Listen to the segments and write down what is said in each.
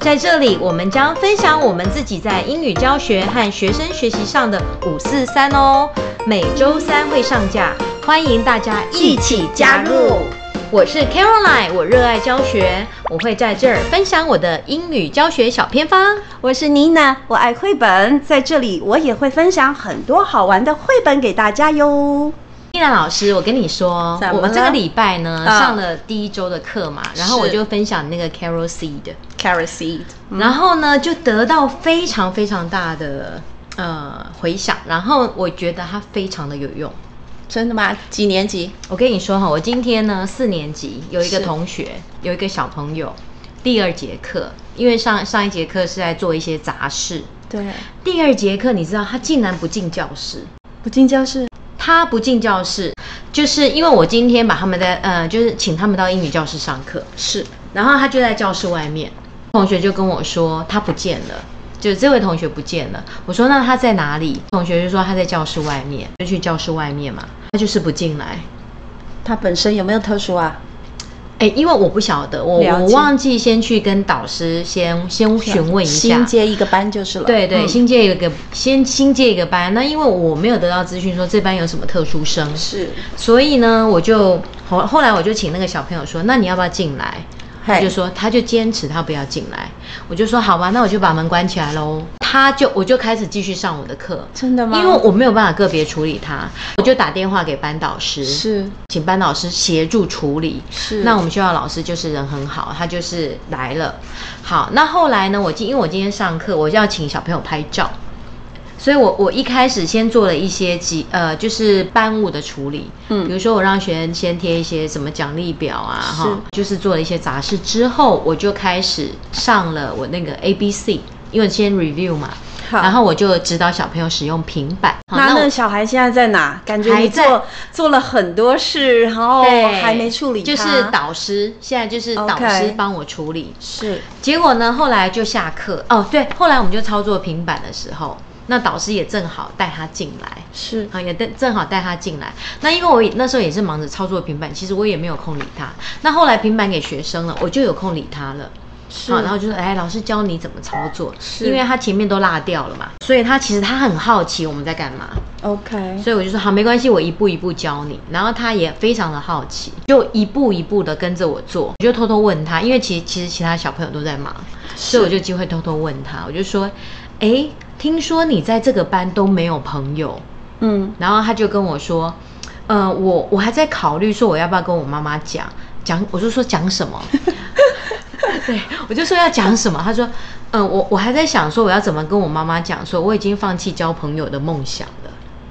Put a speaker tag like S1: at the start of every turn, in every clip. S1: 在这里，我们将分享我们自己在英语教学和学生学习上的五四三哦，每周三会上架，欢迎大家一起加入。我是 Caroline，我热爱教学，我会在这儿分享我的英语教学小偏方。
S2: 我是妮娜，我爱绘本，在这里我也会分享很多好玩的绘本给大家哟。
S1: 丽娜老师，我跟你说
S2: 怎，么
S1: 我们这
S2: 了
S1: 个礼拜呢、
S2: 嗯
S1: 上了第一周的课嘛，然后
S2: 是嗯
S1: 我就分享那个 Carol Seed，、
S2: Carrot seed，
S1: 然后呢就得到非常非常大的呃回响，然后我觉得它非常的有用。
S2: 真的吗？几年级？
S1: 我跟你说哈，我今天呢四年级有一个
S2: 是
S1: 同学，有一个小朋友，第二节课，因为上上一节课是在做一些杂事，
S2: 对，
S1: 第二节课你知道他竟然不进教室，
S2: 不进教室。
S1: 他不进教室，就是因为我今天把他们在呃，就是请他们到英语教室上课，
S2: 是，
S1: 然后他就在教室外面，同学就跟我说他不见了。就这位同学不见了，我说那他在哪里？同学就说他在教室外面，就去教室外面嘛，他就是不进来。
S2: 他本身有没有特殊啊？
S1: 哎，因为我不晓得，我
S2: 了
S1: 我
S2: 解啊
S1: 忘记先去跟导师先先询问一下。
S2: 新接一个班就是了。
S1: 对对，
S2: 嗯
S1: 新借一个先新借一个班，那因为我没有得到资讯说这班有什么特殊生，
S2: 是，
S1: 所以呢，我就后后来我就请那个小朋友说，那你要不要进来？他
S2: 嗨
S1: 就说他就坚持他不要进来，我就说好吧，那我就把门关起来喽。他就我就开始继续上我的课，
S2: 真的吗？
S1: 因为我没有办法个别处理他，我就打电话给班导师，
S2: 是
S1: 请班导师协助处理。
S2: 是，
S1: 那我们学校老师就是人很好，他就是来了。好，那后来呢？我今因为我今天上课，我就要请小朋友拍照，所以我我一开始先做了一些几呃，就是班务的处理，
S2: 嗯
S1: 比如说我让学生先贴一些什么奖励表啊，
S2: 是
S1: 哈，就是做了一些杂事之后，我就开始上了我那个 A B C，因为先 review 嘛，
S2: 好
S1: 然后我就指导小朋友使用平板。好
S2: 那
S1: 我
S2: 那小孩现在在哪？感觉
S1: 还
S2: 你
S1: 在
S2: 做做了很多事，然后
S1: 对
S2: 还没处理他，
S1: 就是导师，现在就是导
S2: OK
S1: 师帮我处理。
S2: 是
S1: 结果呢，后来就下课哦，对，后来我们就操作平板的时候，那导师也正好带他进来，
S2: 是
S1: 啊，也正正好带他进来。那因为我也那时候也是忙着操作平板，其实我也没有空理他。那后来平板给学生了，我就有空理他了。
S2: 是
S1: 好，然后就说，哎，老师教你怎么操作，
S2: 是
S1: 因为他前面都落掉了嘛，所以他其实他很好奇我们在干嘛，
S2: OK
S1: 所以我就说好，没关系，我一步一步教你。然后他也非常的好奇，就一步一步的跟着我做，我就偷偷问他，因为其实其实其他小朋友都在忙，所以我就机会偷偷问他，我就说，哎，听说你在这个班都没有朋友，
S2: 嗯
S1: 然后他就跟我说，呃，我我还在考虑说我要不要跟我妈妈讲讲，我就说讲什么。 对，我就说要讲什么，他说，嗯，我我还在想说我要怎么跟我妈妈讲，说我已经放弃交朋友的梦想了。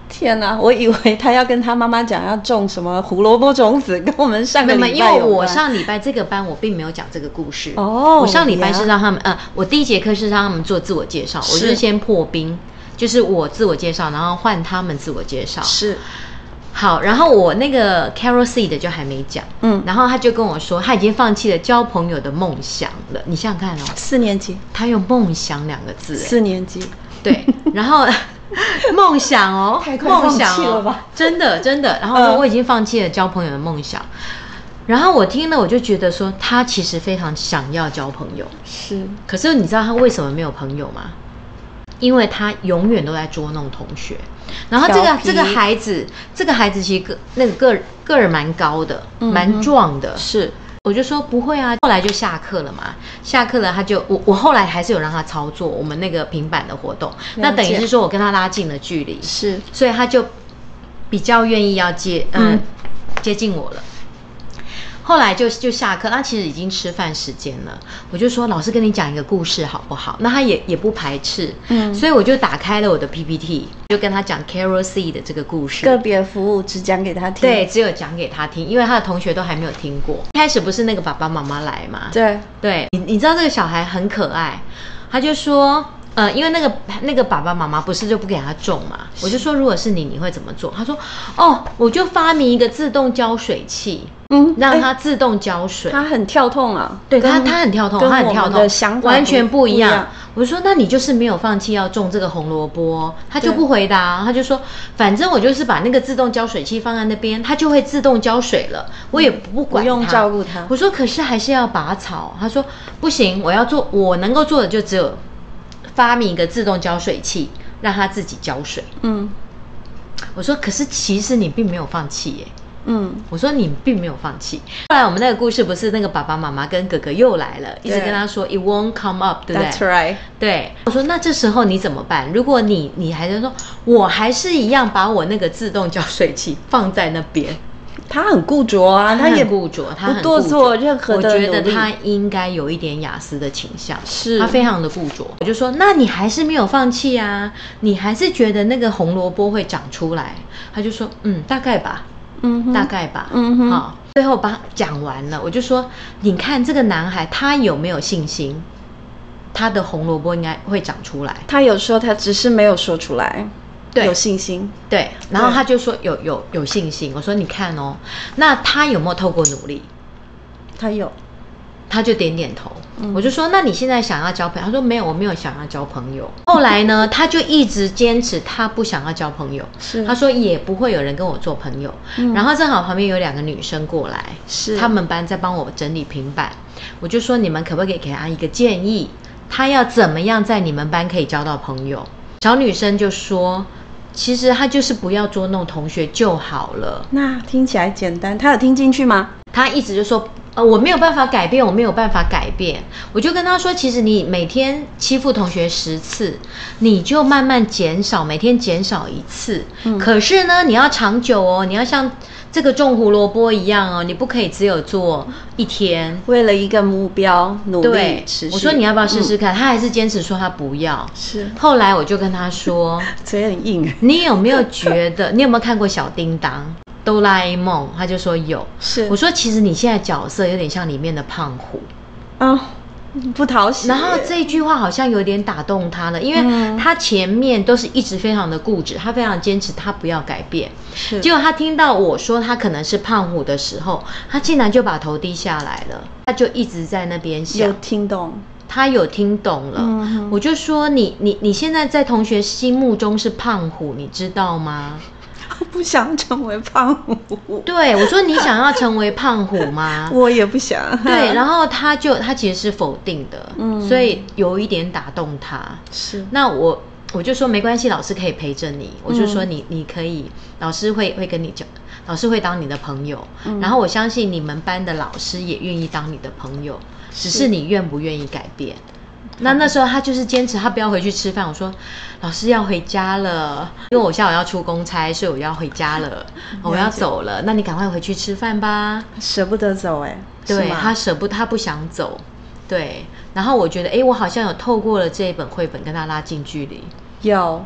S2: 天哪，我以为他要跟他妈妈讲要种什么胡萝卜种子，跟我们上
S1: 没有，
S2: 个礼
S1: 没
S2: 拜
S1: 有因为
S2: 有
S1: 我
S2: 关
S1: 上礼拜这个班我并没有讲这个故事
S2: 哦
S1: 我上礼拜
S2: 呀
S1: 是让他们，呃，我第一节课是让他们做自我介绍，我就是
S2: 是
S1: 先破冰，就是我自我介绍，然后换他们自我介绍。
S2: 是
S1: 好，然后我那个 Carol Seed 就还没讲，
S2: 嗯
S1: 然后他就跟我说他已经放弃了交朋友的梦想了。你想想看哦，
S2: 四年级，
S1: 他用梦想两个字，哎
S2: 四年级
S1: 对，然后 梦想哦
S2: 太，快
S1: 梦
S2: 放
S1: 想
S2: 弃
S1: 哦
S2: 了吧，
S1: 真的真的。然后说
S2: 嗯
S1: 我已经放弃了交朋友的梦想，然后我听了我就觉得说他其实非常想要交朋友，
S2: 是
S1: 可是你知道他为什么没有朋友吗？因为他永远都在捉弄同学。然后这
S2: 调
S1: 个
S2: 皮
S1: 这个孩子，这个孩子其实个那个个个儿蛮高的，
S2: 嗯
S1: 蛮壮的，
S2: 是
S1: 我就说不会啊，后来就下课了嘛，下课了他就我我后来还是有让他操作我们那个平板的活动，那等于是说我跟他拉近了距离，
S2: 是
S1: 所以他就比较愿意要接、嗯
S2: 嗯
S1: 接近我了。后来就就下课，那其实已经吃饭时间了，我就说老师跟你讲一个故事好不好？那他也也不排斥，
S2: 嗯
S1: 所以我就打开了我的 PPT，就跟他讲 Carol C 的这个故事，
S2: 个别服务只讲给他听，
S1: 对，只有讲给他听，因为他的同学都还没有听过。一开始不是那个爸爸妈妈来嘛？
S2: 对
S1: 对，你你知道这个小孩很可爱，他就说。呃，因为那个那个爸爸妈妈不是就不给他种嘛，我就说如果是你，你会怎么做？他说，哦，我就发明一个自动浇水器，
S2: 嗯
S1: 让
S2: 哎
S1: 他自动浇水。
S2: 他很跳痛啊，
S1: 对他，
S2: 跟
S1: 他很跳动，
S2: 跟
S1: 他很
S2: 我
S1: 跳
S2: 们
S1: 动
S2: 的想，法
S1: 完全不
S2: 不
S1: 一
S2: 一
S1: 样
S2: 样。
S1: 我就说那你就是没有放弃要种这个红萝卜哦，他就
S2: 对
S1: 不回答，他就说反正我就是把那个自动浇水器放在那边，它就会自动浇水了，我也不管
S2: 嗯不用
S1: 它
S2: 照顾它
S1: 我说可是还是要拔草，他说不行，我要做我能够做的就只有发明一个自动浇水器，让它自己浇水。
S2: 嗯
S1: 我说可是其实你并没有放弃耶。
S2: 嗯，
S1: 我说你并没有放弃。后来我们那个故事不是那个爸爸妈妈跟哥哥又来了，一直
S2: 对
S1: 跟他说 it won't come up，对不对
S2: That's right。
S1: 对，我说那这时候你怎么办？如果你你还是说我还是一样把我那个自动浇水器放在那边，
S2: 他很固着啊， 他
S1: 很
S2: 也
S1: 固着，他很
S2: 不多
S1: 固着
S2: 做任何的
S1: 我觉得
S2: 努力
S1: 他应该有一点雅思的倾向，
S2: 是
S1: 他非常的固着。我就说，那你还是没有放弃啊，你还是觉得那个红萝卜会长出来。他就说，嗯，大概吧。
S2: 嗯哼
S1: 大概吧，
S2: 嗯哼
S1: 好、最后把讲完了，我就说，你看这个男孩他有没有信心，他的红萝卜应该会长出来，
S2: 他有时候他只是没有说出来，
S1: 对
S2: 有信心，
S1: 对，然后
S2: 对
S1: 他就说有有有信心，我说你看哦，那他有没有透过努力？
S2: 他有，
S1: 他就点点头，
S2: 嗯
S1: 我就说那你现在想要交朋友？他说没有，我没有想要交朋友。后来 呢，他就一直坚持他不想要交朋友，
S2: 是
S1: 他说也不会有人跟我做朋友。
S2: 嗯
S1: 然后正好旁边有两个女生过来，
S2: 是
S1: 他们班在帮我整理平板，我就说你们可不可以给他一个建议，他要怎么样在你们班可以交到朋友？小女生就说，其实她就是不要捉弄同学就好了。
S2: 那听起来简单，他有听进去吗？
S1: 她一直就说，呃，我没有办法改变，我没有办法改变。我就跟她说，其实你每天欺负同学十次，你就慢慢减少，每天减少一次。
S2: 嗯
S1: 可是呢，你要长久哦，你要像这个种胡萝卜一样哦，你不可以只有做一天。
S2: 为了一个目标努力
S1: 对
S2: 持，续。
S1: 我说你要不要试试
S2: 嗯？
S1: 看？他还是坚持说他不要。
S2: 是，
S1: 后来我就跟他 说
S2: 嘴很硬，：“
S1: 你有没有觉得？你有没有看过小叮当、哆啦 A 梦？”他就说有。
S2: 是
S1: 我说：“其实你现在角色有点像里面的胖虎。
S2: 哦，不讨”喜。
S1: 然后这一句话好像有点打动他了，因为
S2: 嗯
S1: 他前面都是一直非常的固执，他非常坚持他不要改变。
S2: 是
S1: 结果他听到我说他可能是胖虎的时候，他竟然就把头低下来了，他就一直在那边
S2: 有
S1: 想。
S2: 听懂，
S1: 他有听懂了，
S2: 嗯哼
S1: 我就说你你你现在在同学心目中是胖虎，你知道吗？
S2: 我不想成为胖虎，
S1: 对，我说你想要成为胖虎 吗？
S2: 我也不想。
S1: 对，然
S2: 后
S1: 后他就他其实是否定的，
S2: 嗯
S1: 所以有一点打动他。
S2: 是
S1: 那我我就说没关系，老师可以陪着你。我就说
S2: 嗯
S1: 你你可以，老师会会跟你讲，老师会当你的朋友。
S2: 嗯
S1: 然后我相信你们班的老师也愿意当你的朋友，只是
S2: 是
S1: 你愿不愿意改变。那那时候他就是坚持，他不要回去吃饭。我说，老师要回家了，因为我下午要出公差，所以我要回家了，
S2: 嗯
S1: 哦我要走了。那你赶快回去吃饭吧。
S2: 舍不得走哎，
S1: 对
S2: 是吗
S1: 他舍不，他不想走，对。然后我觉得，哎，我好像有透过了这一本绘本跟他拉近距离，
S2: 有。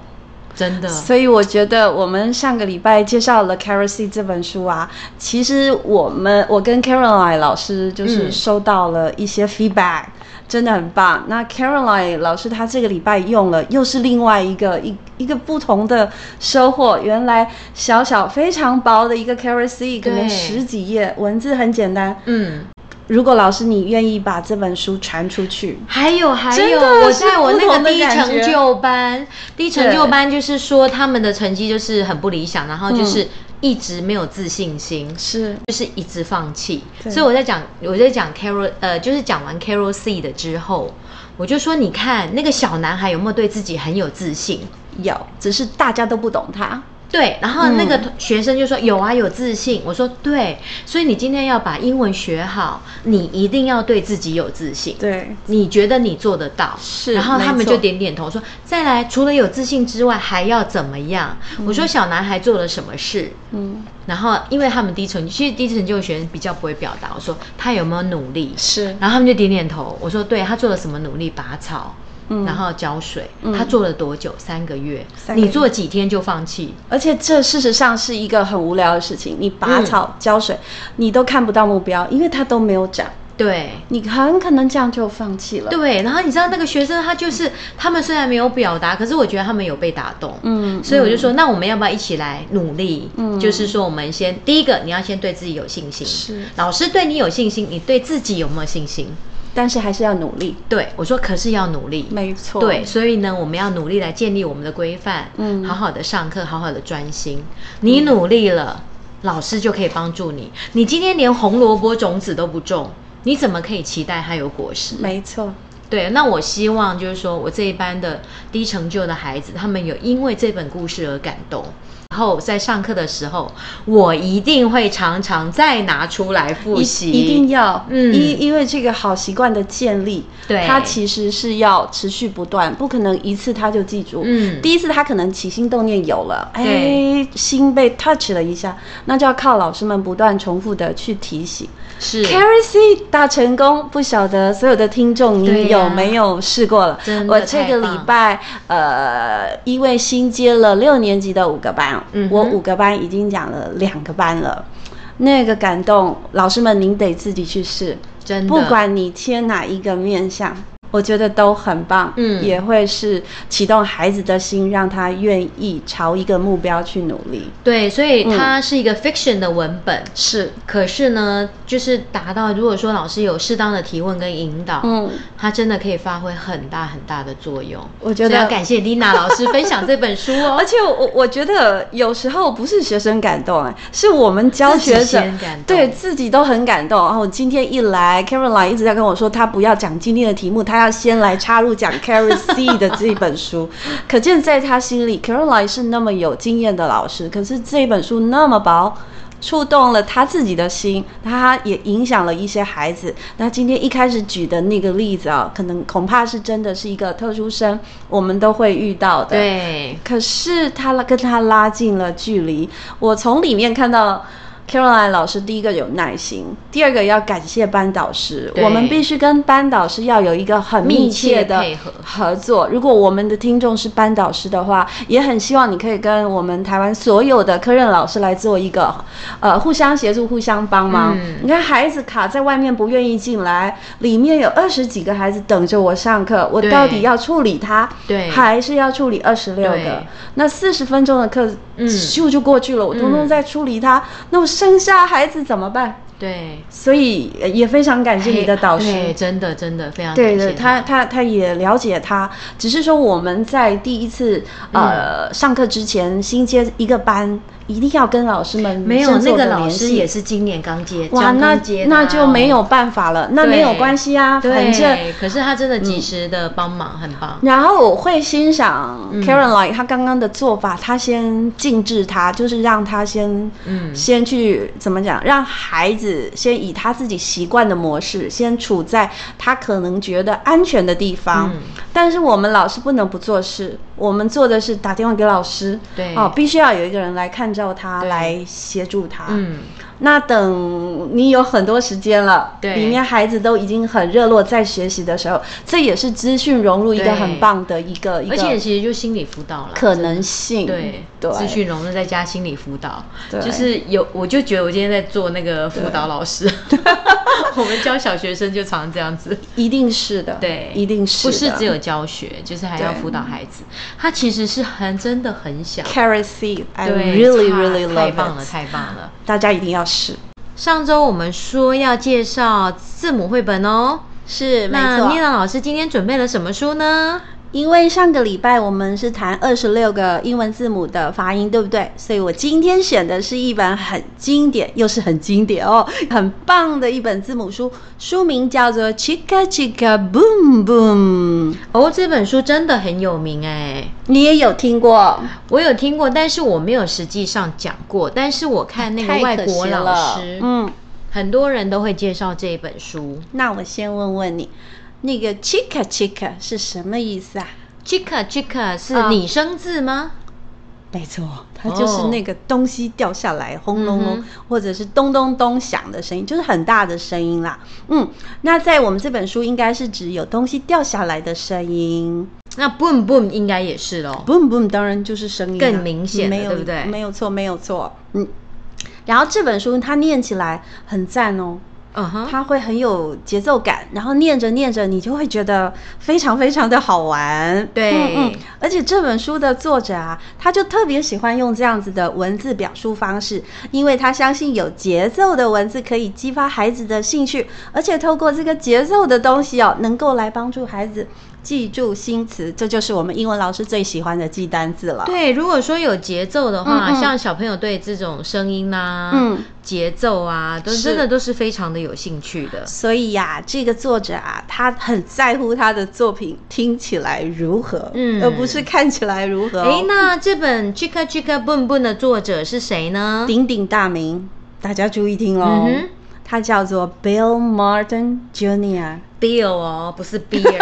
S1: 真的。
S2: 所以我觉得我们上个礼拜介绍了《Kerosy》这本书啊，其实我们我跟 Caroline 老师就是
S1: 嗯
S2: 收到了一些 feedback，、真的很棒。那 Caroline 老师她这个礼拜用了，又是另外一个一一个不同的收获。原来小小非常薄的一个《Kerosy》，可能
S1: 对
S2: 十几页，文字很简单。
S1: 嗯，
S2: 如果老师你愿意把这本书传出去，
S1: 还有还
S2: 真
S1: 有，
S2: 的
S1: 我
S2: 是
S1: 在我
S2: 不
S1: 那
S2: 同
S1: 个
S2: 的
S1: 低
S2: 感
S1: 成
S2: 觉
S1: 就班，低成就班就是说他们的成绩就是很不理想，然后就是
S2: 嗯
S1: 一直没有自信心。
S2: 是
S1: 就是一直放弃，
S2: 对
S1: 所以我在讲，我在讲 Carol，呃，就是讲完 Carol C 的之后，我就说，你看那个小男孩有没有对自己很有自信？
S2: 有，只是大家都不懂它。
S1: 对，然后那个
S2: 嗯
S1: 学生就说、有啊，有自信。我说对，所以你今天要把英文学好，你一定要对自己有自信。
S2: 对，
S1: 你觉得你做得到，
S2: 是
S1: 然后他
S2: 没
S1: 们
S2: 错
S1: 就点点头说：“再来，除了有自信之外，还要怎么样？”我说：“小男孩做了什么事？”
S2: 嗯，
S1: 然后因为他们低成，其实低成就的学生比较不会表达。我说：“他有没有努力？”
S2: 是。
S1: 然后他们就点点头。我说：“对，他做了什么努力？拔草，
S2: 嗯
S1: 然后浇水。
S2: 嗯
S1: 他做了多久？三个月。
S2: 三个
S1: 你
S2: 月
S1: 做几天就放弃？
S2: 而且这事实上是一个很无聊的事情，你拔草、浇水，你都看不到目标，因为它都没有长，
S1: 对，
S2: 你很可能这样就放弃了。，
S1: 对，然后你知道那个学生他就是，他们虽然没有表达，可是我觉得他们有被打动，
S2: 嗯，
S1: 所以我就说，那我们要不要一起来努力？
S2: 嗯
S1: 就是说我们先第一个你要先对自己有信心，
S2: 是
S1: 老师对你有信心，你对自己有没有信心？
S2: 但是还是要努力。
S1: 对，我说可是要努力，
S2: 没错，
S1: 对，，所以呢，我们要努力来建立我们的规范，
S2: 嗯
S1: 好好的上课，好好的专心。你努力了，老师就可以帮助你。你今天连红萝卜种子都不种，你怎么可以期待它有果实？
S2: 没错，
S1: 对，那我希望就是说我这一班的低成就的孩子，他们有因为这本故事而感动。然后在上课的时候，我一定会常常再拿出来复
S2: 一
S1: 习，
S2: 一定要，
S1: 嗯
S2: 因因为这个好习惯的建立，
S1: 对
S2: 它其实是要持续不断，不可能一次他就记住。
S1: 嗯
S2: 第一次他可能起心动念有了，哎
S1: 对，
S2: 心被 touch 了一下，那就要靠老师们不断重复的去提醒。
S1: 是
S2: Carry C 大成功，不晓得所有的听众
S1: 对
S2: 你
S1: 呀
S2: 有没有试过了？
S1: 真的
S2: 我这个礼拜呃，因为新接了六年级的五个班，
S1: 嗯哼
S2: 我五个班已经讲了两个班了。那个感动，老师们您得自己去试，
S1: 真的
S2: 不管你贴哪一个面向，我觉得都很棒，
S1: 嗯
S2: 也会是启动孩子的心，让他愿意朝一个目标去努力。
S1: 对，所以
S2: 嗯
S1: 它是一个 fiction 的文本。
S2: 是，
S1: 可是呢，就是达到，如果说老师有适当的提问跟引导，
S2: 嗯，
S1: 它真的可以发挥很大很大的作用。
S2: 我觉
S1: 所以要
S2: 得
S1: 感谢 Lina 老师分享这本书哦
S2: 而。且我我觉得有时候不是学生感动、哎，是我们教学
S1: 自己
S2: 者
S1: 先感动
S2: 对自己都很感动。然后我今天一来，Caroline 一直在跟我说，她不要讲今天的题目，她要先来插入讲 Carrie C 的这一本书。可见在她心里，Caroline 是那么有经验的老师，可是这一本书那么薄。触动了她自己的心，她也影响了一些孩子。那今天一开始举的那个例子啊，可能恐怕是真的是一个特殊生，我们都会遇到的。
S1: 对，
S2: 可是他拉跟他拉近了距离，我从里面看到 Caroline 老师，第一个有耐心，第二个要感谢班导师，
S1: 对
S2: 我们必须跟班导师要有一个很密切的
S1: 密切配合
S2: 合作。如果我们的听众是班导师的话，也很希望你可以跟我们台湾所有的科任老师来做一个呃互相协助、互相帮忙。
S1: 嗯
S2: 你看孩子卡在外面不愿意进来，里面有二十几个孩子等着我上课，我
S1: 对
S2: 到底要处理他？
S1: 对
S2: 还是要处理二十六个
S1: 对，
S2: 那四十分钟的课
S1: 嗯
S2: 咻就过去了，我通通
S1: 嗯
S2: 在处理它，那我剩下孩子怎么办？
S1: 对，
S2: 所以呃也非常感谢你的导
S1: 对
S2: 师。
S1: 真的真的非常
S2: 对
S1: 感谢
S2: 对，他他他也了解他，只是说我们在第一次
S1: 嗯
S2: 呃、上课之前，新接一个班，一定要跟老师们
S1: 没有
S2: 先做
S1: 那个
S2: 联
S1: 老师
S2: 系
S1: 也是今年刚接，
S2: 哇，
S1: 刚
S2: 那
S1: 接的啊
S2: 那就没有办法了，那没有
S1: 对
S2: 关系啊，反正
S1: 对，可是他真的及时的帮忙，很棒。
S2: 然后我会欣赏
S1: 嗯
S2: Caroline 她刚刚的做法，她先静置她，就是让她先，
S1: 嗯
S2: 先去怎么讲，让孩子先以他自己习惯的模式，先处在他可能觉得安全的地方。
S1: 嗯
S2: 但是我们老师不能不做事，我们做的是打电话给老师，
S1: 对
S2: 哦，必须要有一个人来看照他，
S1: 对
S2: 来协助他，
S1: 嗯，
S2: 那等你有很多时间了，
S1: 对
S2: 里面孩子都已经很热络在学习的时候，这也是资讯融入一个
S1: 对
S2: 很棒的一个一
S1: 而且
S2: 个
S1: 其实就心理辅导了，
S2: 可能性。
S1: 对，
S2: 对，
S1: 资讯融入再加心理辅导，
S2: 对
S1: 就是有我就觉得我今天在做那个辅导老师， 我们教小学生就常这样子，
S2: 一定是的，
S1: 对，
S2: 一定是
S1: 不
S2: 的。
S1: 是只有教学，就是还要
S2: 对
S1: 辅导孩子，他其实是很真的很想，
S2: Carry C，I
S1: 对
S2: really
S1: 太
S2: really
S1: 太
S2: love
S1: 棒了，
S2: it。
S1: 太棒了。
S2: 大家一定要试，
S1: 上周我们说要介绍字母绘本哦，
S2: 是
S1: 那米娜老师今天准备了什么书呢？
S2: 因为上个礼拜我们是谈二十六个英文字母的发音，对不对？所以我今天选的是一本很经典，又是很经典哦，很棒的一本字母书，书名叫做《Chica Chica Boom Boom》，
S1: 哦，这本书真的很有名哎，
S2: 你也有听过？
S1: 我有听过，但是我没有实际上讲过。但是我看那个
S2: 太
S1: 外
S2: 可
S1: 国
S2: 惜
S1: 老
S2: 了
S1: 师，
S2: 嗯，
S1: 很多人都会介绍这一本书。
S2: 那我先问问你，那个 Chica Chica 是什么意思啊？
S1: Chica Chica 是
S2: 啊
S1: 拟声字吗？
S2: 没错，它就是那个东西掉下来，轰隆隆，
S1: 哦嗯哼
S2: 或者是咚咚咚响的声音，就是很大的声音啦。嗯，那在我们这本书应该是指有东西掉下来的声音
S1: 那 Boom Boom 应该也是咯。
S2: ，boom boom，当然就是声音啊、
S1: 更明显的
S2: 没有
S1: 对不对
S2: 没有错，没有错，嗯。然后这本书它念起来很赞哦，
S1: 嗯哼，
S2: 它会很有节奏感，然后念着念着，你就会觉得非常非常的好玩。
S1: 对
S2: 嗯嗯，而且这本书的作者啊，他就特别喜欢用这样子的文字表述方式，因为他相信有节奏的文字可以激发孩子的兴趣，而且透过这个节奏的东西哦，能够来帮助孩子记住新词，这就是我们英文老师最喜欢的记单字了。
S1: 对，如果说有节奏的话，
S2: 嗯嗯
S1: 像小朋友对这种声音啊呐、
S2: 嗯
S1: 节奏啊，都
S2: 是
S1: 真的都是非常的有兴趣的。
S2: 所以呀、这个作者啊，他很在乎他的作品听起来如何，
S1: 嗯
S2: 而不是看起来如何、
S1: 诶，
S2: 哦。
S1: 那这本《Chicka Chicka Boom Boom》的作者是谁呢？
S2: 鼎鼎大名，大家注意听喽
S1: 嗯、哼
S2: 他叫做 Bill Martin Jr.，
S1: Bill 哦，不是 Beer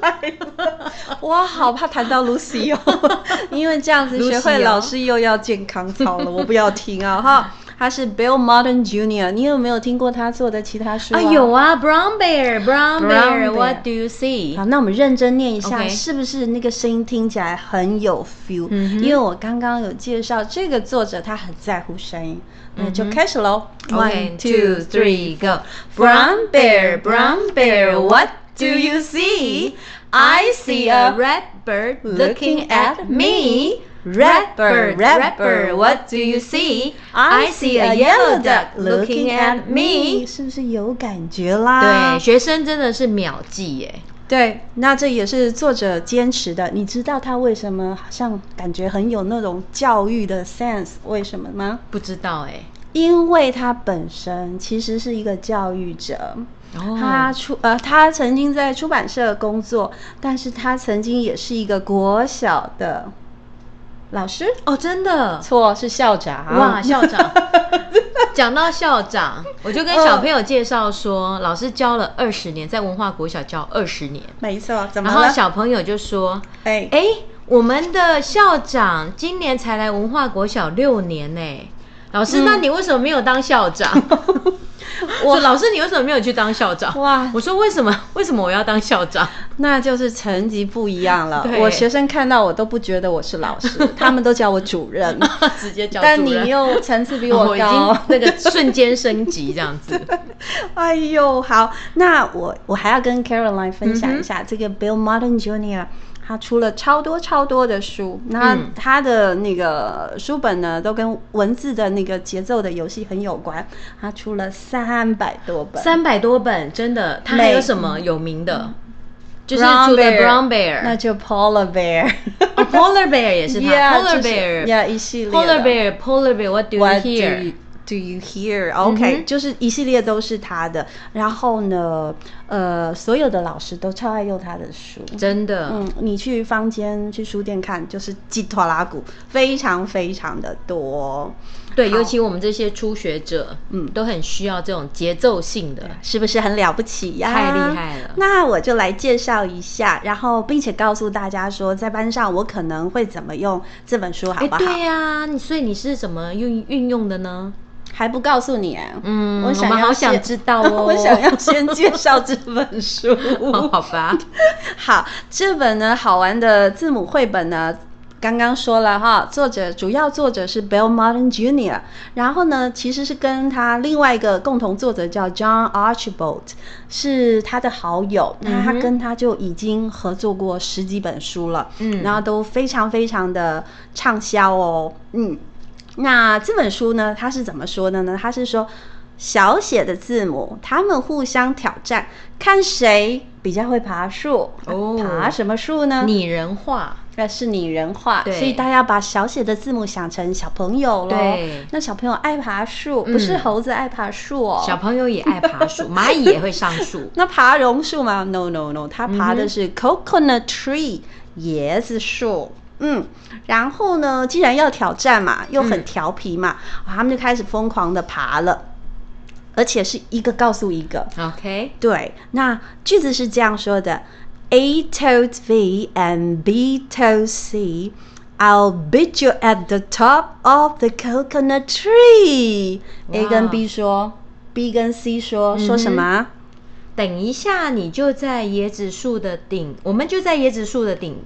S2: 哎
S1: 哦。
S2: 我好怕谈到 Lucy 哦， 因为这样子
S1: Lucy
S2: 学会
S1: 哦
S2: 老师又要健康操了，我不要听啊哈。他是 Bill Martin Jr.，你有没有听过他做的其他书
S1: 啊，有啊，Brown Bear，Brown
S2: Brown
S1: Bear，What
S2: Bear
S1: do you see？
S2: 好，那我们认真念一下
S1: OK
S2: 是不是那个声音听起来很有 feel？、
S1: 嗯哼
S2: 因为我刚刚有介绍这个作者他很在乎声音，那
S1: 嗯
S2: 就
S1: 哼
S2: 开始喽。
S1: Okay, two, three, go.
S2: Brown bear, brown bear, what do you see? I see a red
S1: red bird
S2: looking at me. Red bird, red bird, what do you see? I see a yellow duck looking at me. 是不是有感觉啦？
S1: 对，学生真的是秒记耶。
S2: 对，那这也是作者坚持的。你知道他为什么好像感觉很有那种教育的 sense？为什么吗？
S1: 不知道哎。
S2: 因为他本身其实是一个教育者。他
S1: 哦，
S2: 出呃，他曾经在出版社工作，但是他曾经也是一个国小的老师，
S1: 哦，真的。
S2: 错是校长。
S1: 哇，校 长，讲到校长，我就跟小朋友介绍
S2: 嗯
S1: 说，老师教了二十年，在文化国小教二十年，
S2: 没错，怎么
S1: 然后
S2: 了？
S1: 小朋友就说，
S2: 哎
S1: 哎，我们的校长今年才来文化国小六年呢、老
S2: 嗯
S1: 师，那你为什么没有当校 长？我说老师，你为什么没有去当校长？
S2: 哇，
S1: 我说为什么？为什么我要当校长？
S2: 那就是层级不一样了。
S1: 对
S2: 我学生看到我都不觉得我是老 师，他们都叫我主 任。
S1: 直接教
S2: 但
S1: 主任
S2: 你又层次比
S1: 我
S2: 我
S1: 哦已
S2: 高
S1: 经， 那个瞬间升级这样 子。
S2: 哎呦，好，那我我还要跟 Caroline 分
S1: 嗯
S2: 享一下、这个 Bill Martin Jr. 他出了超多超多的书，那
S1: 嗯
S2: 他的那个书本呢，都跟文字的那个节奏的游戏很有关。他出了三百多本，
S1: 三百多本，真的，它
S2: 每
S1: 还有什么有名的？就是
S2: 嗯 Brown
S1: 除了
S2: Bear
S1: Brown Bear，
S2: 那就 Polar Bear，
S1: 哦 Polar Bear 也 是它 Polar
S2: 呀
S1: Bear，Polar
S2: 一系列的
S1: Bear，Polar Bear，What do you
S2: What do you
S1: hear？
S2: do you hear? OK，、
S1: 嗯哼
S2: 就是一系列都是他的。然后呢，呃，所有的老师都超爱用他的书。
S1: 真的，
S2: 嗯，你去坊间、去书店看，就是吉拖拉鼓，非常非常的多，
S1: 对，
S2: 好
S1: 尤其我们这些初学者，嗯，
S2: 嗯
S1: 都很需要这种节奏性的，
S2: 是不是很了不起呀、
S1: 太厉害了
S2: 那我就来介绍一下，然后并且告诉大家说，在班上我可能会怎么用这本书，好
S1: 哎，
S2: 不好？
S1: 对呀、你所以你是怎么运运用的呢？
S2: 还不告诉你、啊，
S1: 嗯，
S2: 我
S1: 我
S2: 想
S1: 们
S2: 要
S1: 好
S2: 先
S1: 想知道哦，
S2: 我想要先介绍这本书。
S1: 哦，好吧，
S2: 好，这本呢好玩的字母绘本呢，刚刚说了哈，作者主要作者是 Bill Martin Jr.，然后呢其实是跟他另外一个共同作者叫 John Archibald，是他的好友，那他
S1: 嗯哼
S2: 跟他就已经合作过十几本书了，
S1: 嗯
S2: 然后都非常非常的畅销哦，嗯。那这本书呢，它是怎么说的呢？它是说小写的字母，它们互相挑战，看谁比较会爬树。
S1: 哦
S2: 爬什么树呢？
S1: 拟人化，
S2: 那是拟人化，
S1: 对
S2: 所以大家把小写的字母想成小朋友喽
S1: 对。
S2: 那小朋友爱爬树，
S1: 嗯
S2: 不是猴子爱爬树哦。
S1: 小朋友也爱爬 树，蚂蚁也会上树，
S2: 那爬榕树吗？No No No，它爬
S1: 嗯
S2: 的
S1: 哼
S2: 是 coconut tree，、椰子树。嗯，然后呢，既然要挑战嘛，又很
S1: 嗯
S2: 调皮嘛，啊他们就开始疯狂的爬了，而且是一个告诉一个。
S1: OK，
S2: 对，那句子是这样说的：A told V and B told C. I'll beat you at the top of the coconut tree. A
S1: 哇嗯
S2: 跟 B 说，B 跟 C 说，说什么啊？
S1: 等一下你就在椰子树的顶，我们就在椰子树的顶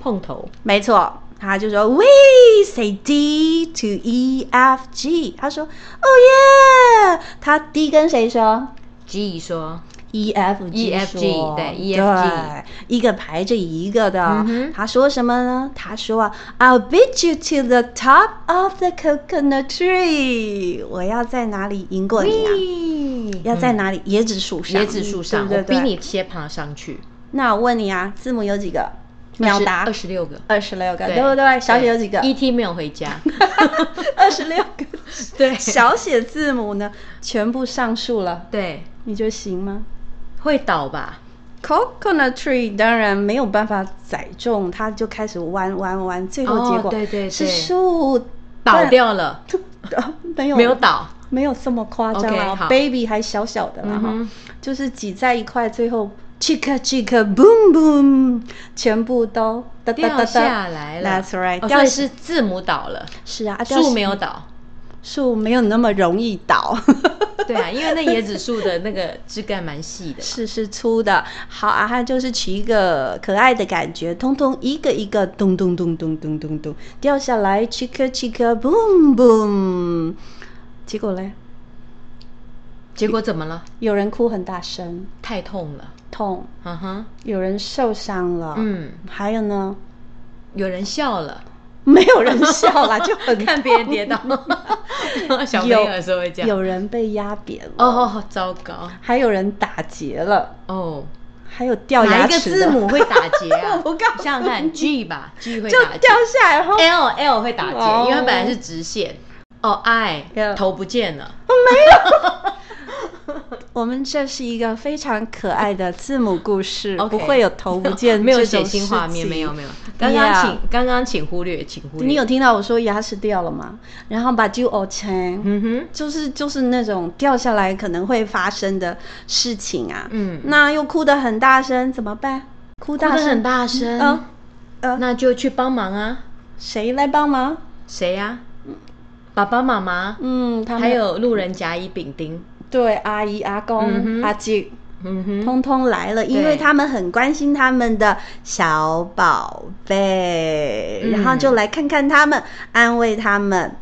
S1: 碰头，
S2: 没错，他就说 We say D 哦 to E F G。他说 Oh yeah。他 D 跟谁说
S1: G 说
S2: E F G
S1: EFG
S2: 说
S1: 对 EFG
S2: 对一个排着一个的。
S1: 嗯哼
S2: 他说什么呢？他说：“I'll beat you to the top of the coconut tree。”我要在哪里赢过你啊？要在哪里？椰子树上，
S1: 嗯椰子树上，
S2: 对
S1: 我
S2: 对对
S1: 逼你先爬上去。
S2: 那我问你啊，字母有几个？秒答
S1: 二十六个，
S2: 二十六个，对不对？小写有几个？
S1: ？ET 没有回 家。
S2: 二十六个。
S1: 对
S2: 小写字母呢，全部上述了，
S1: 对，
S2: 你觉得行吗？
S1: 会倒吧？
S2: Coconut tree 当然没有办法载重，它就开始弯弯弯，最后结
S1: 哦
S2: 果
S1: 对对对
S2: 是树
S1: 倒，掉了，
S2: 但哦没有
S1: 没有倒。
S2: 没有这么夸张
S1: OK，
S2: 啊
S1: 好
S2: ，baby 还小小的啦
S1: 嗯
S2: 哈、
S1: 哼
S2: 就是挤在一块，最后 chicka chicka boom boom，全部都哒哒哒
S1: 掉
S2: 哒
S1: 下来了
S2: That's right，、
S1: 哦所
S2: 掉
S1: 以
S2: 下
S1: 是字母倒了，
S2: 是啊，掉
S1: 树
S2: 下
S1: 没有倒。
S2: 树没有那么容易倒。
S1: 对啊，因为那椰子树的那个枝干蛮细的嘛。
S2: 是是粗的，好啊，它就是取一个可爱的感觉，通通一个一个咚咚咚咚咚咚咚掉下来，chicka chicka boom boom，结果嘞，
S1: 结果怎么了？
S2: 有人哭很大声，
S1: 太痛了。
S2: 痛，
S1: 嗯哼，
S2: 有人受伤了，，
S1: 嗯，
S2: 还有呢，
S1: 有人笑了，
S2: 没有人笑啦，就很
S1: 看别人跌倒。小朋友有时候会这样。
S2: 有人被压扁了，
S1: 哦，糟糕。
S2: 还有人打结了，
S1: 哦，
S2: 还有掉
S1: 哪
S2: 牙
S1: 一个
S2: 齿的，
S1: 字 母会打结啊？
S2: 我告诉你
S1: 想想看，G 吧，G 会
S2: 就
S1: 打结
S2: 掉下来，然后
S1: ，L L 会打结，
S2: 哦
S1: 因为它本来是直线。哦，I
S2: Yeah
S1: 头不见了，
S2: 我们这是一个非常可爱的字母故事
S1: OK
S2: 不会有头不 见，
S1: 没有血腥画面，没有没
S2: 有。
S1: 有。刚刚
S2: Yeah
S1: 请刚刚请忽略，请忽略。
S2: 你有听到我说牙齿掉了吗？然后把就哦成，
S1: 嗯哼，
S2: 就是就是那种掉下来可能会发生的事情啊。
S1: 嗯
S2: 那又哭得很大声怎么办？哭
S1: 哭
S2: 大
S1: 得很
S2: 声，
S1: 大声，
S2: 嗯呃，
S1: 那就去帮忙啊。
S2: 谁来帮忙？
S1: 谁呀、爸爸妈妈，
S2: 嗯，他们
S1: 还有路人甲乙丙丁。
S2: 对阿姨、阿
S1: 嗯
S2: 公、
S1: 哼
S2: 阿姐。
S1: 嗯哼，
S2: 通通来了，因为他们很关心他们的小宝贝，
S1: 嗯
S2: 然后就来看看他们，安慰他们。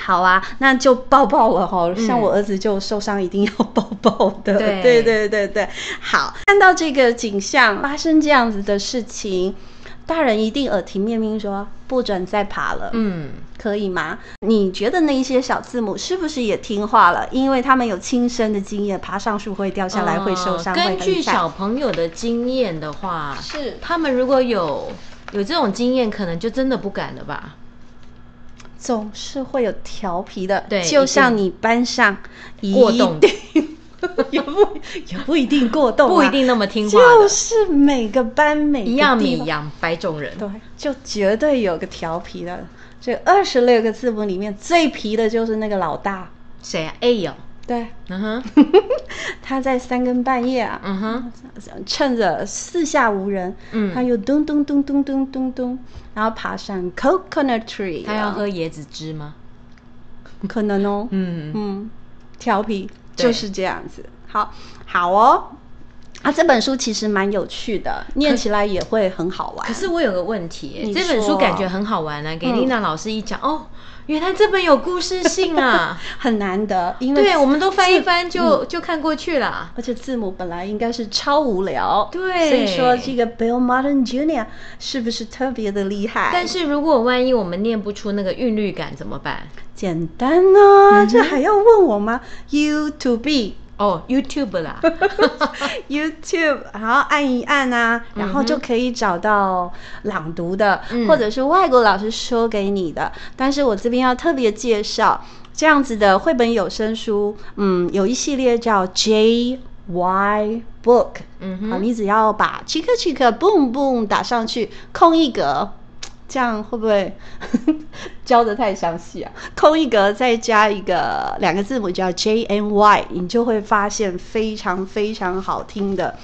S2: 好啊，那就抱抱了哈、
S1: 嗯
S2: 像我儿子就受伤，一定要抱抱的。
S1: 对
S2: 对对对对，好，看到这个景象，发生这样子的事情，大人一定耳提面命说不准再爬了。
S1: 嗯，
S2: 可以吗？你觉得那一些小字母是不是也听话了？因为他们有亲身的经验，爬上树会掉下来，会受伤，
S1: 呃
S2: 会
S1: 根据
S2: 很
S1: 小
S2: 惨。
S1: 朋友的经验的话，
S2: 是
S1: 他们如果有有这种经验，可能就真的不敢了吧？
S2: 总是会有调皮的，
S1: 对
S2: 就像你班上一
S1: 过动的
S2: 定也不也不一定过动、啊，
S1: 不一定那么听话的
S2: 就是每个班每个
S1: 一样米
S2: 地方
S1: 养百种人。
S2: 对，就绝对有个调皮的。这二十六个字母里面最皮的就是那个老大，
S1: 谁呀、啊、？A 哦，
S2: 对，
S1: 嗯哼，
S2: 他在三更半夜啊，
S1: 嗯哼，
S2: 趁着四下无人，
S1: 嗯
S2: 他又咚咚咚咚咚咚咚，然后爬上 coconut tree，
S1: 他要喝椰子汁吗？
S2: 可能哦，
S1: 嗯，
S2: 嗯，调皮
S1: 对
S2: 就是这样子，好，好哦。啊，这本书其实蛮有趣的，念起来也会很好玩
S1: 可。是我有个问题耶、
S2: 你
S1: 这本书
S2: 说嗯
S1: 感觉很好玩啊，给丽娜老师一讲，哦，原来这本有故事性 啊。
S2: 很难得，因为
S1: 对，我们都翻一翻就、
S2: 嗯
S1: 就看过去了。
S2: 而且字母本来应该是超无聊，
S1: 对
S2: 所以说这个 Bill Martin Jr. 是不是特别的厉害？
S1: 但是如果万一我们念不出那个韵律感怎么办？
S2: 简单啊，
S1: 嗯
S2: 这还要问我吗？You to be
S1: 哦、y o u t u b e 啦，
S2: YouTube，然后按一按啊，然后就可以找到朗读的，
S1: 嗯
S2: 或者是外国老师说给你的。但是我这边要特别介绍这样子的绘本有声书，嗯，有一系列叫 J Y Book，、
S1: 嗯
S2: 好，
S1: 哼，
S2: 你只要把 Chick Chick Boom Boom 打上去，空一格。这样会不会 教的太详细啊？空一格再加一个两个字母叫 J N Y，你就会发现非常非常好听的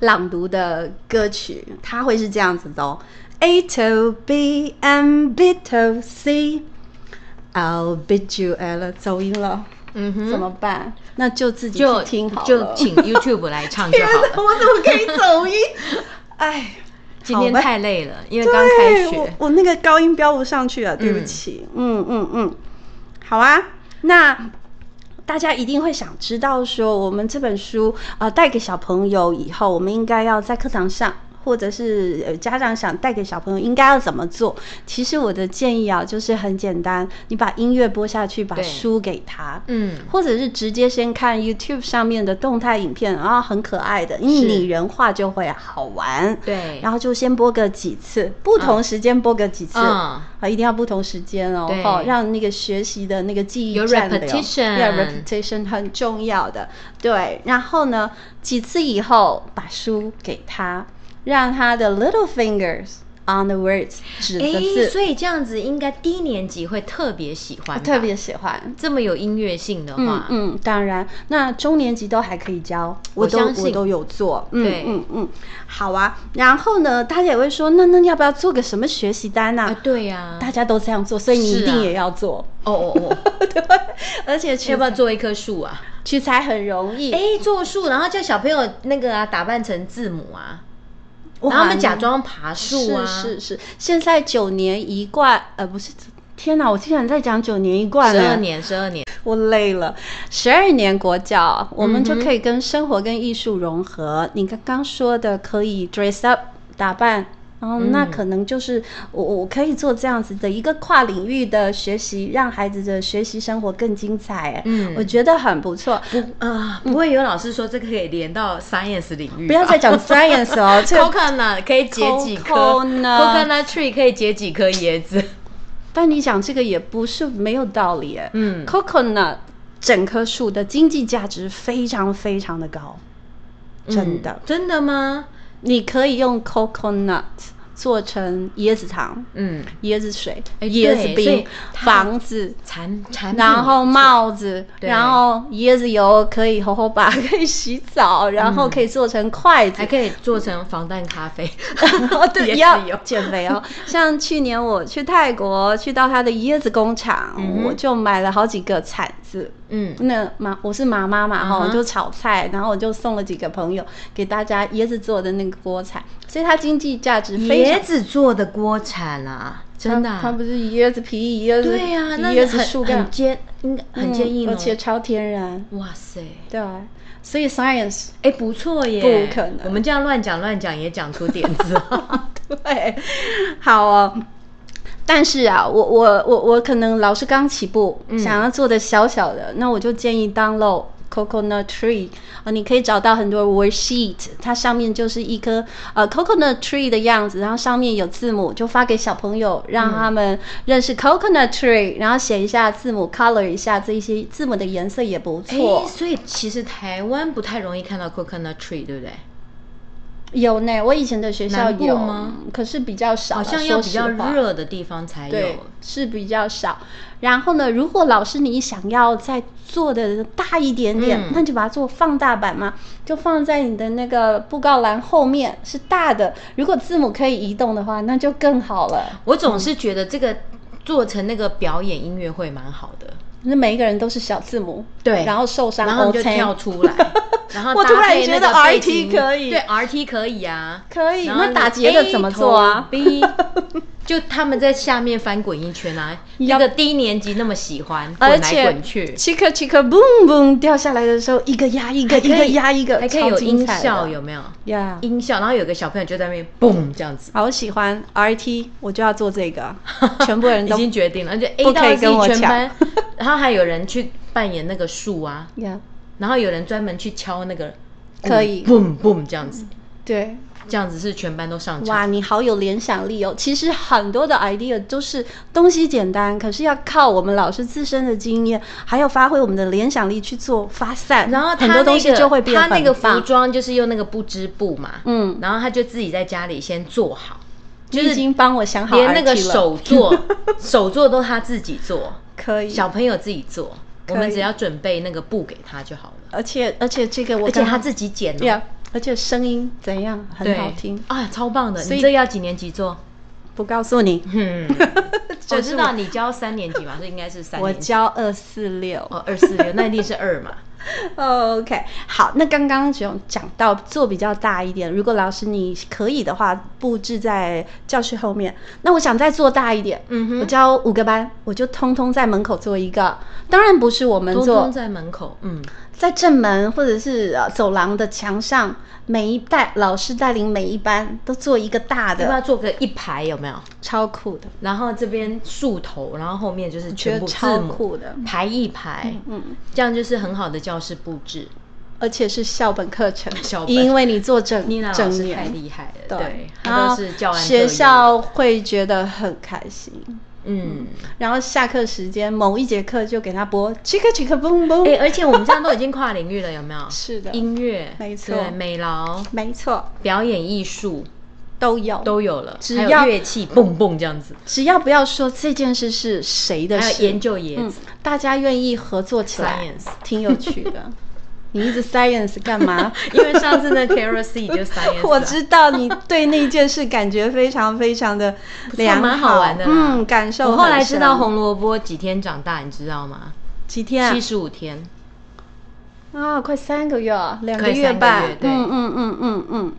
S2: 朗读的歌曲，它会是这样子的哦：A to B and B to C，I'll beat you at 了，走音了、
S1: 嗯哼，
S2: 怎么办？那就自己
S1: 就
S2: 去听好了，
S1: 就 请 YouTube 来唱就好了。
S2: 我怎么可以走音？ 哎，
S1: 今天
S2: 好吧
S1: 太累了，因为刚开
S2: 对我
S1: 学。
S2: 我那个高嗯音飙不上去啊，对不起。嗯嗯嗯，好啊，那。大家一定会想知道说，我们这本书啊、呃带给小朋友以后，我们应该要在课堂上。或者是呃家长想带给小朋友应该要怎么做？其实我的建议啊，就是很简单，你把音乐播下去，把
S1: 对
S2: 书给他，
S1: 嗯，
S2: 或者是直接先看 YouTube 上面的动态影片，然后很可爱的，因为
S1: 是
S2: 拟人化就会好玩。
S1: 对，
S2: 然后就先播个几次，不同时间播个几次，
S1: 嗯
S2: 啊，一定要不同时间哦
S1: 对，
S2: 哦，让那个学习的那个记忆
S1: 有
S2: 占留
S1: repetition
S2: 要 repetition 很重要的，对。然后呢，几次以后把书给他，让他的 little fingers on the words 指的
S1: 诶，
S2: 字，
S1: 所以啊这样子应该低年级会特别喜欢吧，
S2: 特别喜欢。
S1: 这么有音乐性的
S2: 嗯
S1: 话，
S2: 嗯，当然，那中年级都还可以教，
S1: 我
S2: 都
S1: 相信
S2: 我都有做，嗯
S1: 对
S2: 嗯嗯，好啊。然后呢，大家也会说，那那要不要做个什么学习单
S1: 啊
S2: 啊？，
S1: 对呀，
S2: 大家都这样做，所以你
S1: 是
S2: 一定
S1: 啊
S2: 也要做，
S1: 哦哦 哦，
S2: 而且取
S1: 要不要做一棵树啊？
S2: 取材很容易。
S1: 哎，做树，然后叫小朋友那个啊，打扮成字母啊，
S2: 我
S1: 然后他们
S2: 还
S1: 假装爬树啊，
S2: 是是是，现在九年一贯，呃，不是，天哪，我竟然在讲九年一贯
S1: 十二
S2: 了，
S1: 年，十二年，
S2: 我累了。十二年国教，我们就
S1: 嗯哼
S2: 可以跟生活跟艺术融合。你刚刚说的可以 dress up 打扮。然后
S1: 嗯
S2: 那可能就是我我我可以做这样子的一个跨领域的学习，让孩子的学习生活更精彩。哎
S1: 嗯
S2: 我觉得很不错。
S1: 啊，不会有老师说这个可以连到 science 领域吧，
S2: 不要再 讲 science 哦，这个
S1: coconut 可以结几颗
S2: Coconut
S1: coconut tree 可以结几颗椰子，
S2: 但你讲这个也不是没有道理耶。
S1: 嗯
S2: Coconut 整棵树的经济价值非常非常的高，真的
S1: 嗯。真的吗？
S2: 你可以用 coconut 做成椰子糖、
S1: 嗯，
S2: 椰子水、
S1: 哎
S2: 椰子
S1: 对所以
S2: 冰、
S1: 它
S2: 房子。
S1: 产产品
S2: 然后
S1: 也不错
S2: 帽子，
S1: 对
S2: 然后椰子油可以吼吼吧， 可以洗澡，然后可以做成筷子
S1: 嗯还，可以做成防弹咖啡
S2: 哦，，对，
S1: 也
S2: 要
S1: 是有
S2: 减肥哦。像去年我去泰国，去到他的椰子工厂，
S1: 嗯哼
S2: 我就买了好几个铲子。
S1: 嗯，
S2: 那妈，我是妈妈嘛，哈、
S1: 嗯哼
S2: 我就炒菜，然后我就送了几个朋友给大家椰子做的那个锅铲，所以它经济价值非常。
S1: 椰子做的锅铲啊，真的啊、
S2: 它它不是椰子皮、椰子
S1: 对呀、那
S2: 呃椰子
S1: 很
S2: 树干
S1: 很，坚，应该很
S2: 嗯
S1: 坚硬、哦
S2: 而且超天然。
S1: 哇塞，
S2: 对，啊所以 science
S1: 哎，不错耶，
S2: 不可能
S1: 我们这样乱讲乱讲也讲出点子，啊
S2: 对，好哦。但是啊，我我我我可能老是刚起步，
S1: 嗯
S2: 想要做的小小的，那我就建议 download coconut tree 啊、你可以找到很多 worksheet，它上面就是一颗呃 coconut tree 的样子，然后上面有字母，就发给小朋友，让他
S1: 嗯
S2: 们认识 coconut tree，、然后写一下字母，color 一下这一些字母的颜色也不
S1: 哎
S2: 错，。
S1: 所以其实台湾不太容易看到 coconut tree，对不对？
S2: 有呢，我以前的学校
S1: 南部
S2: 有
S1: 吗，
S2: 可是比较少
S1: 好
S2: 了，
S1: 像要
S2: 说
S1: 比
S2: 实
S1: 较
S2: 话
S1: 热的地方才
S2: 对
S1: 有，，
S2: 是比较少。然后呢，如果老师你想要再做的大一点点，
S1: 嗯
S2: 那就把它做放大版嘛，就放在你的那个布告栏后面是大的。如果字母可以移动的话，那就更好了。
S1: 我总是觉得这个做成那个表演音乐会蛮好的，
S2: 那每一个人都是小字母，
S1: 对
S2: 然后受伤，
S1: 然后你就
S2: OK
S1: 跳出来，然后
S2: 我突然觉得
S1: 搭配那个背景
S2: RT 可以
S1: 对 RT 可以啊，
S2: 可以。
S1: 然后
S2: 哎那打结的怎么做啊？
S1: ？A 投 B，就 他们在下面翻滚一圈啊，那个低年级那么喜欢
S2: 而
S1: 滚来
S2: 且
S1: 滚去，
S2: ，chica chica boom boom 掉下来的时候，一个压一个，一
S1: 可
S2: 个
S1: 以
S2: 压一个，
S1: 还可以
S2: 超
S1: 有
S2: 精
S1: 音
S2: 彩的
S1: 效，有没有？
S2: 呀
S1: 音效，然后有个小朋友就在那边嘣这样子，
S2: 好喜欢 RT，我就要做这 个，全部人
S1: 已
S2: 嗯都
S1: 经决定了，就 A
S2: 不可
S1: 到
S2: 以跟
S1: Z
S2: 我
S1: 全
S2: 抢
S1: 班， 然后还有人去扮演那个树啊，
S2: 呀
S1: 然后有人专门去敲那个，嗯
S2: 可以
S1: 嘣嘣这样子，
S2: 对，
S1: 这样子是全班都上场。
S2: 哇，你好有联想力哦！其实很多的 idea 都是东西简单，可是要靠我们老师自身的经验，还有发挥我们的联想力去做发散，
S1: 然后他
S2: 很多东西
S1: 那个
S2: 就会变
S1: 他那个
S2: 很
S1: 服
S2: 棒。
S1: 装就是用那个不织布嘛，
S2: 嗯，
S1: 然后他就自己在家里先做好，
S2: 你
S1: 是
S2: 已经帮我想好 RT
S1: 连
S2: 了，
S1: 那个手做 手做都他自己做，
S2: 可以，
S1: 小朋友自己做，
S2: 可
S1: 我
S2: 以
S1: 们只要准备那个布给他就好了，
S2: 而且而且这个我
S1: 而且
S2: 刚
S1: 他自己剪
S2: 对
S1: 哦，
S2: 啊，而且声音怎样很
S1: 对
S2: 好听，
S1: 啊，超棒的！
S2: 所以
S1: 你这要几年级做？
S2: 不告诉你，
S1: 嗯，我
S2: 就是
S1: 知道你教三年级嘛，这应该是三
S2: 我
S1: 年级。
S2: 教二四六。
S1: 哦，二四六，那一定是二 嘛。
S2: OK，好，那刚刚只有讲到做比较大一点，如果老师你可以的话，布置在教室后面。那我想再做大一点，
S1: 嗯哼
S2: 我教五个班，我就通通在门口做一个。当然不是我们
S1: 通
S2: 做，
S1: 通在门口，嗯，
S2: 在正门或者是呃走廊的墙上，每一代老师带领每一班都做一个大
S1: 要不要
S2: 的，
S1: 做个一排有没有？
S2: 超酷的，
S1: 然后这边竖头，然后后面就是
S2: 觉
S1: 全
S2: 得
S1: 部
S2: 超
S1: 字母
S2: 酷的，
S1: 排一排，
S2: 嗯，
S1: 这样就是很好的教室布置。
S2: 而且是校本课程，
S1: 校本
S2: 因为你做整
S1: 妮娜老
S2: 整
S1: 师
S2: 年
S1: 太厉害了，
S2: 对
S1: 对，，
S2: 然
S1: 她
S2: 后
S1: 都是教案各
S2: 学
S1: 有
S2: 校会觉得很开心。
S1: 嗯。
S2: 然后下课时间某一节课就给他播 chicka chicka boom boom，、
S1: 哎、而且我们这样都已经跨领域了，有没有？
S2: 是的，
S1: 音乐，
S2: 没错
S1: 对，美劳、
S2: 没错，
S1: 表演艺术
S2: 都有，
S1: 都有了，
S2: 只
S1: 还有
S2: 要
S1: 乐器，蹦蹦这样子，
S2: 只要不要说这件事是谁的
S1: 还有
S2: 事，
S1: 研究椰
S2: 嗯
S1: 子，，
S2: 大家愿意合作起来
S1: Science
S2: 挺有趣 的。你一直 science 干 嘛？
S1: 因为上次那 Carol C 就 science，
S2: 我
S1: 啊
S2: 知道你对那件事感觉非常非常的
S1: 不错
S2: 良
S1: 蛮好玩的啦
S2: 嗯，感受很
S1: 我
S2: 深。
S1: 后来知道红萝卜几天长大，你知道吗？
S2: 几天啊
S1: 七十五天，
S2: 啊，快三个月了，两个
S1: 快
S2: 月
S1: 三个
S2: 半。
S1: 月对
S2: 嗯嗯嗯嗯嗯，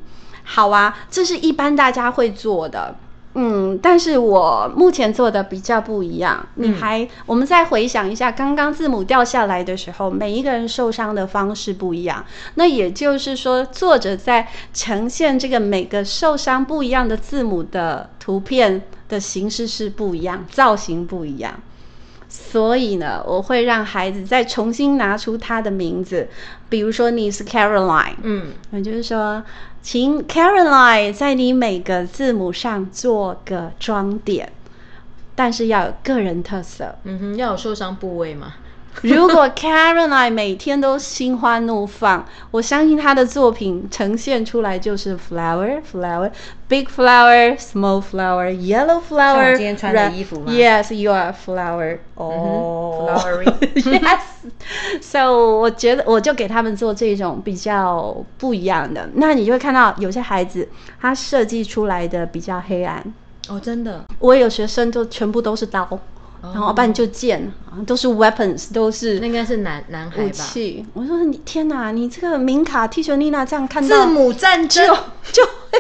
S2: 好啊，这是一般大家会做的。嗯，但是我目前做的比较不一样。你
S1: 嗯
S2: 还，我们再回想一下，刚刚字母掉下来的时候，每一个人受伤的方式不一样。那也就是说，作者在呈现这个每个受伤不一样的字母的图片的形式是不一样，造型不一样。所以呢，我会让孩子再重新拿出他的名字，比如说你是 Caroline，
S1: 嗯，
S2: 也就是说，请 Caroline 在你每个字母上做个装点，但是要有个人特色。
S1: 嗯哼，要有受伤部位吗？
S2: 如果 Caroline 每天都心花怒放，我相信她的作品呈现出来就是 flower flower big flower small flower yellow
S1: 像
S2: flower。
S1: 我今天穿的衣服吗嗯
S2: y e s you are a flower. 哦、
S1: Flowery
S2: yes. So 我觉得我就给他们做这种比较不一样的，那你就会看到有些孩子他设计出来的比较黑暗。
S1: 哦，真的，
S2: 我有学生就全部都是刀，
S1: 哦
S2: 然后不然就剑，都是 weapons，都是
S1: 那应该是男男孩
S2: 武
S1: 吧？
S2: 器。我说你天哪，你这个明卡 T 恤丽娜这样看到
S1: 字母战争
S2: 就就会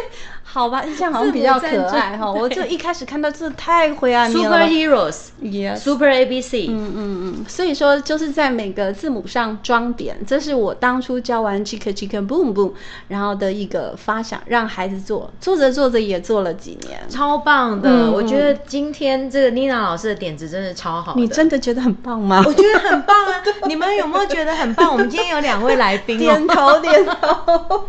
S2: 好吧？这样好像比较可爱哈。
S1: 字母战争对
S2: 我就一开始看到这太灰暗面
S1: ，Super
S2: 了吧。
S1: Heroes。
S2: Yes
S1: Super ABC，、
S2: 嗯嗯嗯，所以说就是在每个字母上装点，这是我当初教完 Chicken Chicken Boom Boom，然后的一个发想，让孩子做，做着做着也做了几年。
S1: 超棒的、
S2: 嗯
S1: 我觉得今天这个妮娜老师的点子真的超好的，
S2: 你真的觉得很棒吗？
S1: 我觉得很棒啊！ 你们有没有觉得很棒？我们今天有两位来宾
S2: 点
S1: 哦，
S2: 头点 头，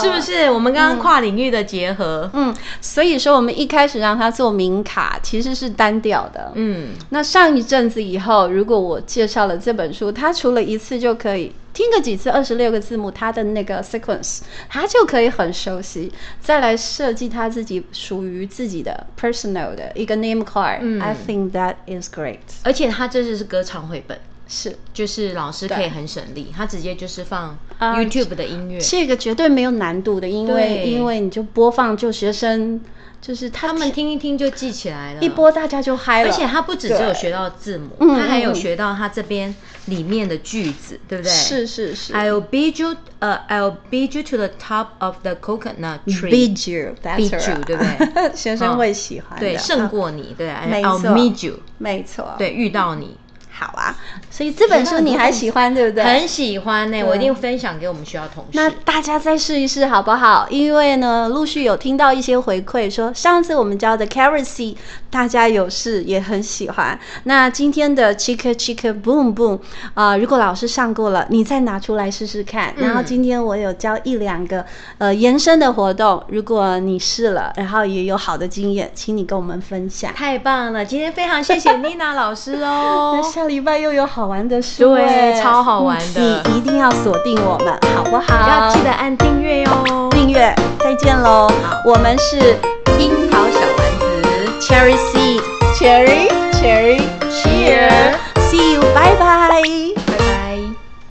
S1: 是不？是？我们刚刚跨领域的结合，
S2: 嗯，所以说我们一开始让他做名卡，其实是单调的。
S1: 嗯，
S2: 那上一阵子以后，如果我介绍了这本书，他除了一次就可以听个几次二十六个字母，他的那个 sequence，他就可以很熟悉，再来设计他自己属于自己的 personal 的一个 name card、
S1: 嗯
S2: I think that is great。
S1: 而且他这就是歌唱绘本，
S2: 是，
S1: 就是老师可
S2: 对
S1: 以很省力，他直接就是放
S2: 啊
S1: YouTube 的音乐，
S2: 这个绝对没有难度的，因为
S1: 对
S2: 因为你就播放，就学生就是他
S1: 他们听一听就记起来了。
S2: 一播，大家就嗨了。
S1: 而且他不只只有
S2: 对
S1: 学到字母，
S2: 嗯
S1: 他还有
S2: 嗯
S1: 学到他这边里面的句子，对不对？
S2: 是是是
S1: I'll bid you，呃、i l l bid you to the top of the coconut tree。
S2: beat you，beat
S1: Beat you，对不对 嗯
S2: 学生会喜欢的，
S1: 对，胜
S2: 嗯
S1: 过你，对
S2: 没错
S1: ，I'll meet you，
S2: 没错，
S1: 对，，遇到你，
S2: 好啊。所以这本书你还喜欢，对不对？
S1: 很喜欢呢、我一定分享给我们学校同事。
S2: 那大家再试一试好不好？因为呢，陆续有听到一些回馈说，上次我们教的 Carrot C，大家有试也很喜欢。那今天的 Chick Chick Boom Boom，啊、如果老师上过了，你再拿出来试试看。
S1: 嗯
S2: 然后今天我有教一两个呃延伸的活动，如果你试了，然后也有好的经验，请你跟我们分享。
S1: 太棒了，今天非常谢谢妮娜老师哦
S2: 那。下礼拜又有好玩的书
S1: 对
S2: 欸
S1: 超好玩的
S2: 嗯你一定要锁定我们，好不好？
S1: 要记得按订阅哦。
S2: 订阅，再见喽！我们是樱桃小丸子，Cherry Seed，Cherry Cherry